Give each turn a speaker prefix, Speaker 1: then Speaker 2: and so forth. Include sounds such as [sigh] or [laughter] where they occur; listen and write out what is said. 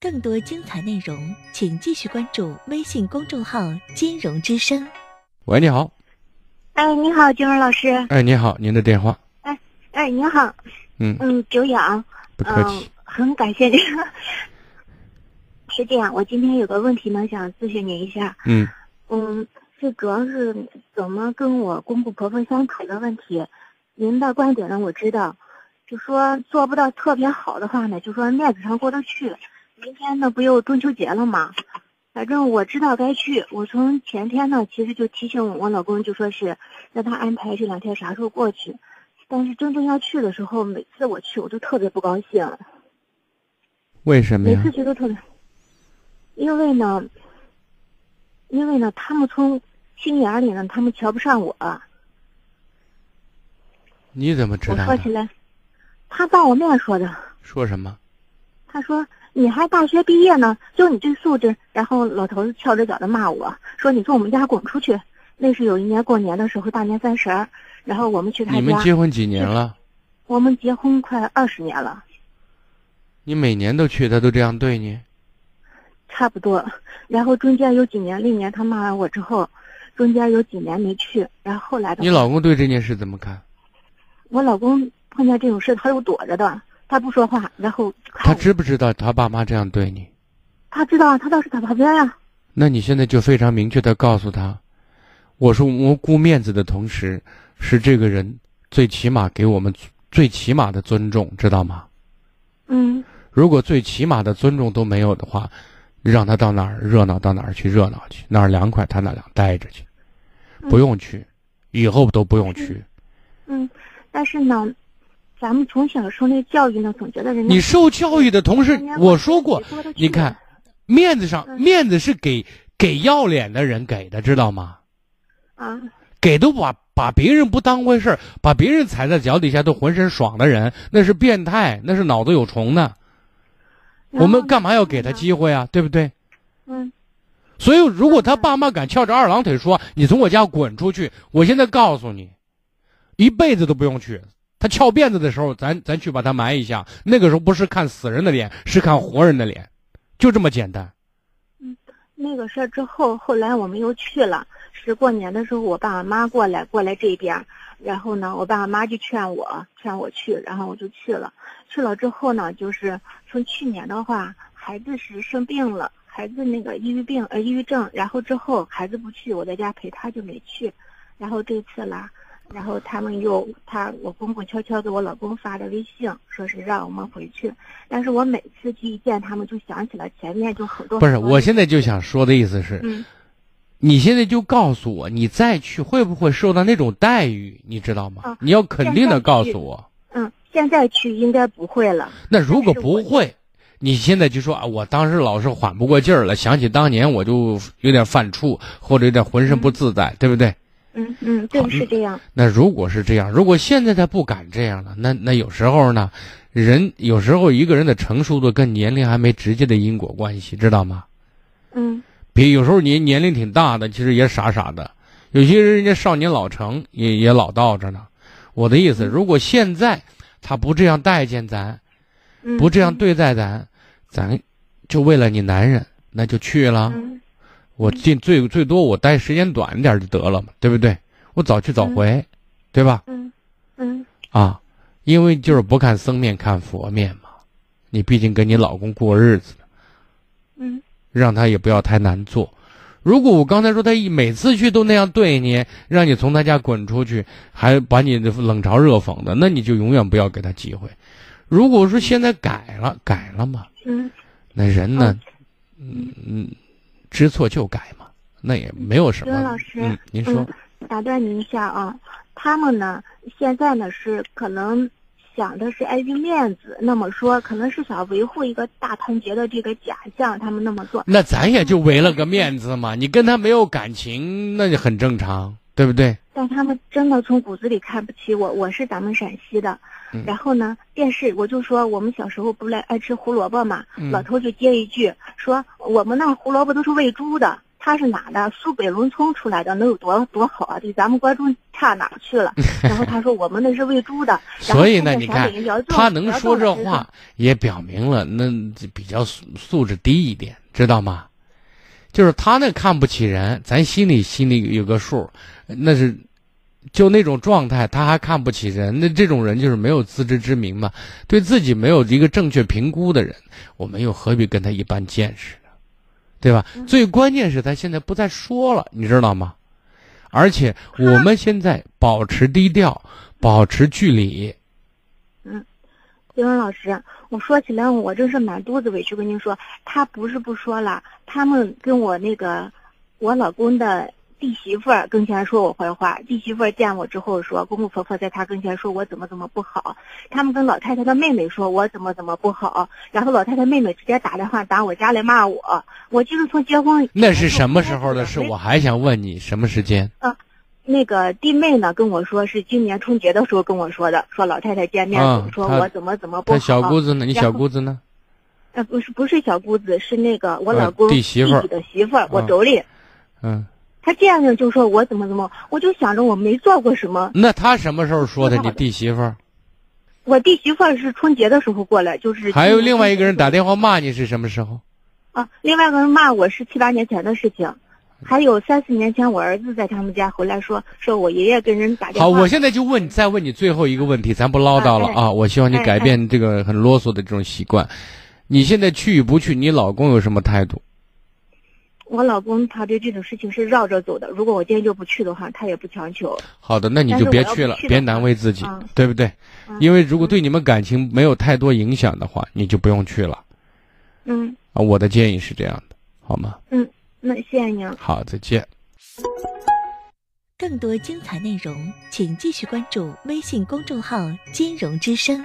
Speaker 1: 更多精彩内容，请继续关注微信公众号“金融之声
Speaker 2: 喂，你好，
Speaker 3: 哎，你好，金文老师。
Speaker 2: 哎，你好，您的电话，
Speaker 3: 哎，你好，
Speaker 2: 嗯，
Speaker 3: 嗯，久仰啊，
Speaker 2: 不
Speaker 3: 嗯、
Speaker 2: 客气，
Speaker 3: 很感谢这个。 [laughs] 是这样，我今天有个问题呢，想咨询您一下。
Speaker 2: 嗯
Speaker 3: 嗯，是主要是怎么跟我公公婆婆相处的问题。您的观点呢，我知道，就说做不到特别好的话呢，就说面子上过得去。明天呢，不又中秋节了吗？反正我知道该去。我从前天呢，其实就提醒我老公，就说是让他安排这两天啥时候过去。但是真正要去的时候，每次我去我都特别不高兴，
Speaker 2: 为什么
Speaker 3: 每
Speaker 2: 呀
Speaker 3: 次？去都特别。因为呢，因为呢，他们从心眼儿里呢，他们瞧不上我。
Speaker 2: 你怎么知
Speaker 3: 我
Speaker 2: 道
Speaker 3: 说
Speaker 2: 的？
Speaker 3: 起来，他当我面说的。
Speaker 2: 说什么？
Speaker 3: 他说：“你还大学毕业呢，就你这素质。”然后老头子翘着脚的骂我说：“你从我们家滚出去！”那是有一年过年的时候，大年三十儿，然后我们去他
Speaker 2: 你们
Speaker 3: 家。
Speaker 2: 结婚几年
Speaker 3: [laughs]
Speaker 2: 了？
Speaker 3: 我们结婚快二十年了，
Speaker 2: 你每年都去，他都这样对你？
Speaker 3: 差不多。然后中间有几年，那年他骂完我之后，中间有几年没去。然后后来的话
Speaker 2: 你老公对这件事怎么看？
Speaker 3: 我老公碰见这种事，他又躲着的，他不说话。然后看
Speaker 2: 他
Speaker 3: 我
Speaker 2: 知不知道他爸妈这样对你？
Speaker 3: 他知道，他倒是在旁边呀、
Speaker 2: 那你现在就非常明确的告诉他，我说我顾面子的同时，是这个人最起码给我们最起码的尊重，知道吗？
Speaker 3: 嗯，
Speaker 2: 如果最起码的尊重都没有的话，让他到哪儿热闹到哪儿去热闹去，哪儿凉快他哪儿待着去，
Speaker 3: 嗯
Speaker 2: 不用去，以后都不用去。
Speaker 3: 嗯，但是呢，咱们从小受那教育呢，总觉得人家
Speaker 2: 你受教育的同时，我说过，，你看，面子上
Speaker 3: 嗯
Speaker 2: 面子是给给要脸的人给的，知道吗？
Speaker 3: 啊，
Speaker 2: 给都把把别人不当回事儿，把别人踩在脚底下都浑身爽的人，那是变态，那是脑子有虫呢。
Speaker 3: 然后
Speaker 2: 我们
Speaker 3: 呢
Speaker 2: 干嘛要给他？机会啊？对不对？
Speaker 3: 嗯，
Speaker 2: 所以，如果他爸妈敢翘着二郎腿说“你从我家滚出去”，我现在告诉你，一辈子都不用去。他翘辫子的时候，咱咱去把他埋一下。那个时候不是看死人的脸，是看活人的脸，就这么简单。
Speaker 3: 那个事儿之后，后来我们又去了，是过年的时候，我爸我妈过来过来这边儿，然后呢，我爸我妈就劝我劝我去，然后我就去了。去了之后呢，就是从去年的话，孩子是生病了，孩子那个抑郁病呃抑郁症，然后之后孩子不去，我在家陪他就没去，然后这次啦。然后他们又他我公公悄悄给我老公发的微信，说是让我们回去，但是我每次去一见他们，就想起了前面就很多
Speaker 2: 不是，
Speaker 3: 很多
Speaker 2: 我现在就想说的意思是，
Speaker 3: 嗯
Speaker 2: 你现在就告诉我，你再去会不会受到那种待遇，你知道吗
Speaker 3: 啊？
Speaker 2: 你要肯定的
Speaker 3: 现在
Speaker 2: 告
Speaker 3: 去
Speaker 2: 诉我。
Speaker 3: 嗯，现在去应该不会了。
Speaker 2: 那如果
Speaker 3: 但是
Speaker 2: 不
Speaker 3: 我
Speaker 2: 会，你现在就说啊，我当时老是缓不过劲儿了，想起当年我就有点犯怵，或者有点浑身不自在，对不对？
Speaker 3: 嗯嗯，对
Speaker 2: 好，
Speaker 3: 是这样。
Speaker 2: 那如果是这样，如果现在他不敢这样了，那那有时候呢，人有时候一个人的成熟度跟年龄还没直接的因果关系，知道吗？
Speaker 3: 嗯
Speaker 2: 别有时候你年龄挺大的，其实也傻傻的。有些人人家少年老成，也也老道着呢。我的意思，如果现在他不这样待见咱，
Speaker 3: 嗯，
Speaker 2: 不这样对待咱，咱就为了你男人，那就去了。
Speaker 3: 嗯。
Speaker 2: 我尽最最多我待时间短一点就得了嘛，对不对？我早去早回，对吧？
Speaker 3: 嗯嗯
Speaker 2: 啊，因为就是不看僧面看佛面嘛。你毕竟跟你老公过日子，
Speaker 3: 嗯
Speaker 2: 让他也不要太难做。如果我刚才说他一每次去都那样对你，让你从他家滚出去，还把你的冷嘲热讽的，那你就永远不要给他机会。如果说现在改了，改了嘛，
Speaker 3: 嗯
Speaker 2: 那人呢，嗯嗯，知错就改嘛，那也没有什么。
Speaker 3: 刘老师
Speaker 2: 嗯，您说
Speaker 3: 嗯，，打断您一下啊，他们呢现在呢是可能想的是碍于面子，那么说可能是想维护一个大团结的这个假象，他们那么做。
Speaker 2: 那咱也就为了个面子嘛，你跟他没有感情，那就很正常，对不对？
Speaker 3: 但他们真的从骨子里看不起我，我是咱们陕西的。
Speaker 2: 嗯
Speaker 3: 然后呢，电视我就说我们小时候不来爱吃胡萝卜嘛，
Speaker 2: 嗯
Speaker 3: 老头就接一句说我们那儿胡萝卜都是喂猪的，他是哪的？苏北农村出来的，能有多多好啊？比咱们关中差哪儿
Speaker 2: [laughs]
Speaker 3: 去了？然后他说我们那是喂猪的。然后
Speaker 2: 所以呢
Speaker 3: 现在
Speaker 2: 你
Speaker 3: 陕
Speaker 2: 看
Speaker 3: 北苗族
Speaker 2: 他能
Speaker 3: 苗族
Speaker 2: 说这
Speaker 3: 老师
Speaker 2: 话，也表明了那比较素素质低一点，知道吗？就是他那看不起人，咱心里心里有个数，那是就那种状态，他还看不起人，那这种人就是没有自知之明嘛，对自己没有一个正确评估的人，我们又何必跟他一般见识呢？对吧？最关键是他现在不再说了，你知道吗？而且我们现在保持低调，保持距离，
Speaker 3: 金文老师，我说起来，我真是满肚子委屈。跟您说，他不是不说了，他们跟我那个我老公的弟媳妇儿跟前说我坏话，弟媳妇儿见我之后说，公公婆婆在她跟前说我怎么怎么不好，他们跟老太太的妹妹说我怎么怎么不好，然后老太太妹妹直接打电话打我家来骂我，我就是从结婚以
Speaker 2: 那
Speaker 3: 来
Speaker 2: 是
Speaker 3: 就
Speaker 2: 什么
Speaker 3: 开
Speaker 2: 时
Speaker 3: 始
Speaker 2: 候的
Speaker 3: 了
Speaker 2: 事？啊
Speaker 3: 没
Speaker 2: 我还想问你，什么时间？
Speaker 3: 那个弟妹呢跟我说是今年春节的时候跟我说的，说老太太见面
Speaker 2: 啊
Speaker 3: 总说
Speaker 2: 她
Speaker 3: 我怎么怎么不
Speaker 2: 他
Speaker 3: 好，
Speaker 2: 小姑子呢？你
Speaker 3: 然
Speaker 2: 小
Speaker 3: 后
Speaker 2: 姑子呢？
Speaker 3: 呃，不是不是小姑子，是那个我
Speaker 2: 呃
Speaker 3: 老公
Speaker 2: 弟媳妇儿
Speaker 3: 弟的媳妇儿，我
Speaker 2: 嗯
Speaker 3: 妯娌。
Speaker 2: 嗯，
Speaker 3: 他这样就说我怎么怎么，我就想着我没做过什么。
Speaker 2: 那他什么时候说的？
Speaker 3: 挺好
Speaker 2: 你
Speaker 3: 的
Speaker 2: 弟媳妇儿？
Speaker 3: 我弟媳妇儿是春节的时候过来，就是
Speaker 2: 还有
Speaker 3: 今年
Speaker 2: 另外一个人打
Speaker 3: 春节
Speaker 2: 电话骂你是什么时候？
Speaker 3: 啊，另外一个人骂我是七八年前的事情，还有三四年前我儿子在他们家回来说说我爷爷跟人打电
Speaker 2: 好，
Speaker 3: 话。
Speaker 2: 我现在就问你，再问你最后一个问题，咱不唠叨了
Speaker 3: 哎哎
Speaker 2: 啊！我希望你
Speaker 3: 哎
Speaker 2: 改
Speaker 3: 哎
Speaker 2: 变这个很啰嗦的这种习惯。你现在去与不去，你老公有什么态度？
Speaker 3: 我老公他对这种事情是绕着走的，如果我坚决不去的话，他也不强求。
Speaker 2: 好的，那你
Speaker 3: 但
Speaker 2: 就是别
Speaker 3: 我要
Speaker 2: 去
Speaker 3: 不
Speaker 2: 了，
Speaker 3: 去的
Speaker 2: 别
Speaker 3: 话
Speaker 2: 难为自己，
Speaker 3: 嗯
Speaker 2: 对不对？
Speaker 3: 嗯
Speaker 2: 因为如果对你们感情没有太多影响的话，你就不用去了
Speaker 3: 嗯，
Speaker 2: 啊！我的建议是这样的，好吗？
Speaker 3: 那谢谢您。
Speaker 2: 好，再见。
Speaker 1: 更多精彩内容，请继续关注微信公众号“金融之声”。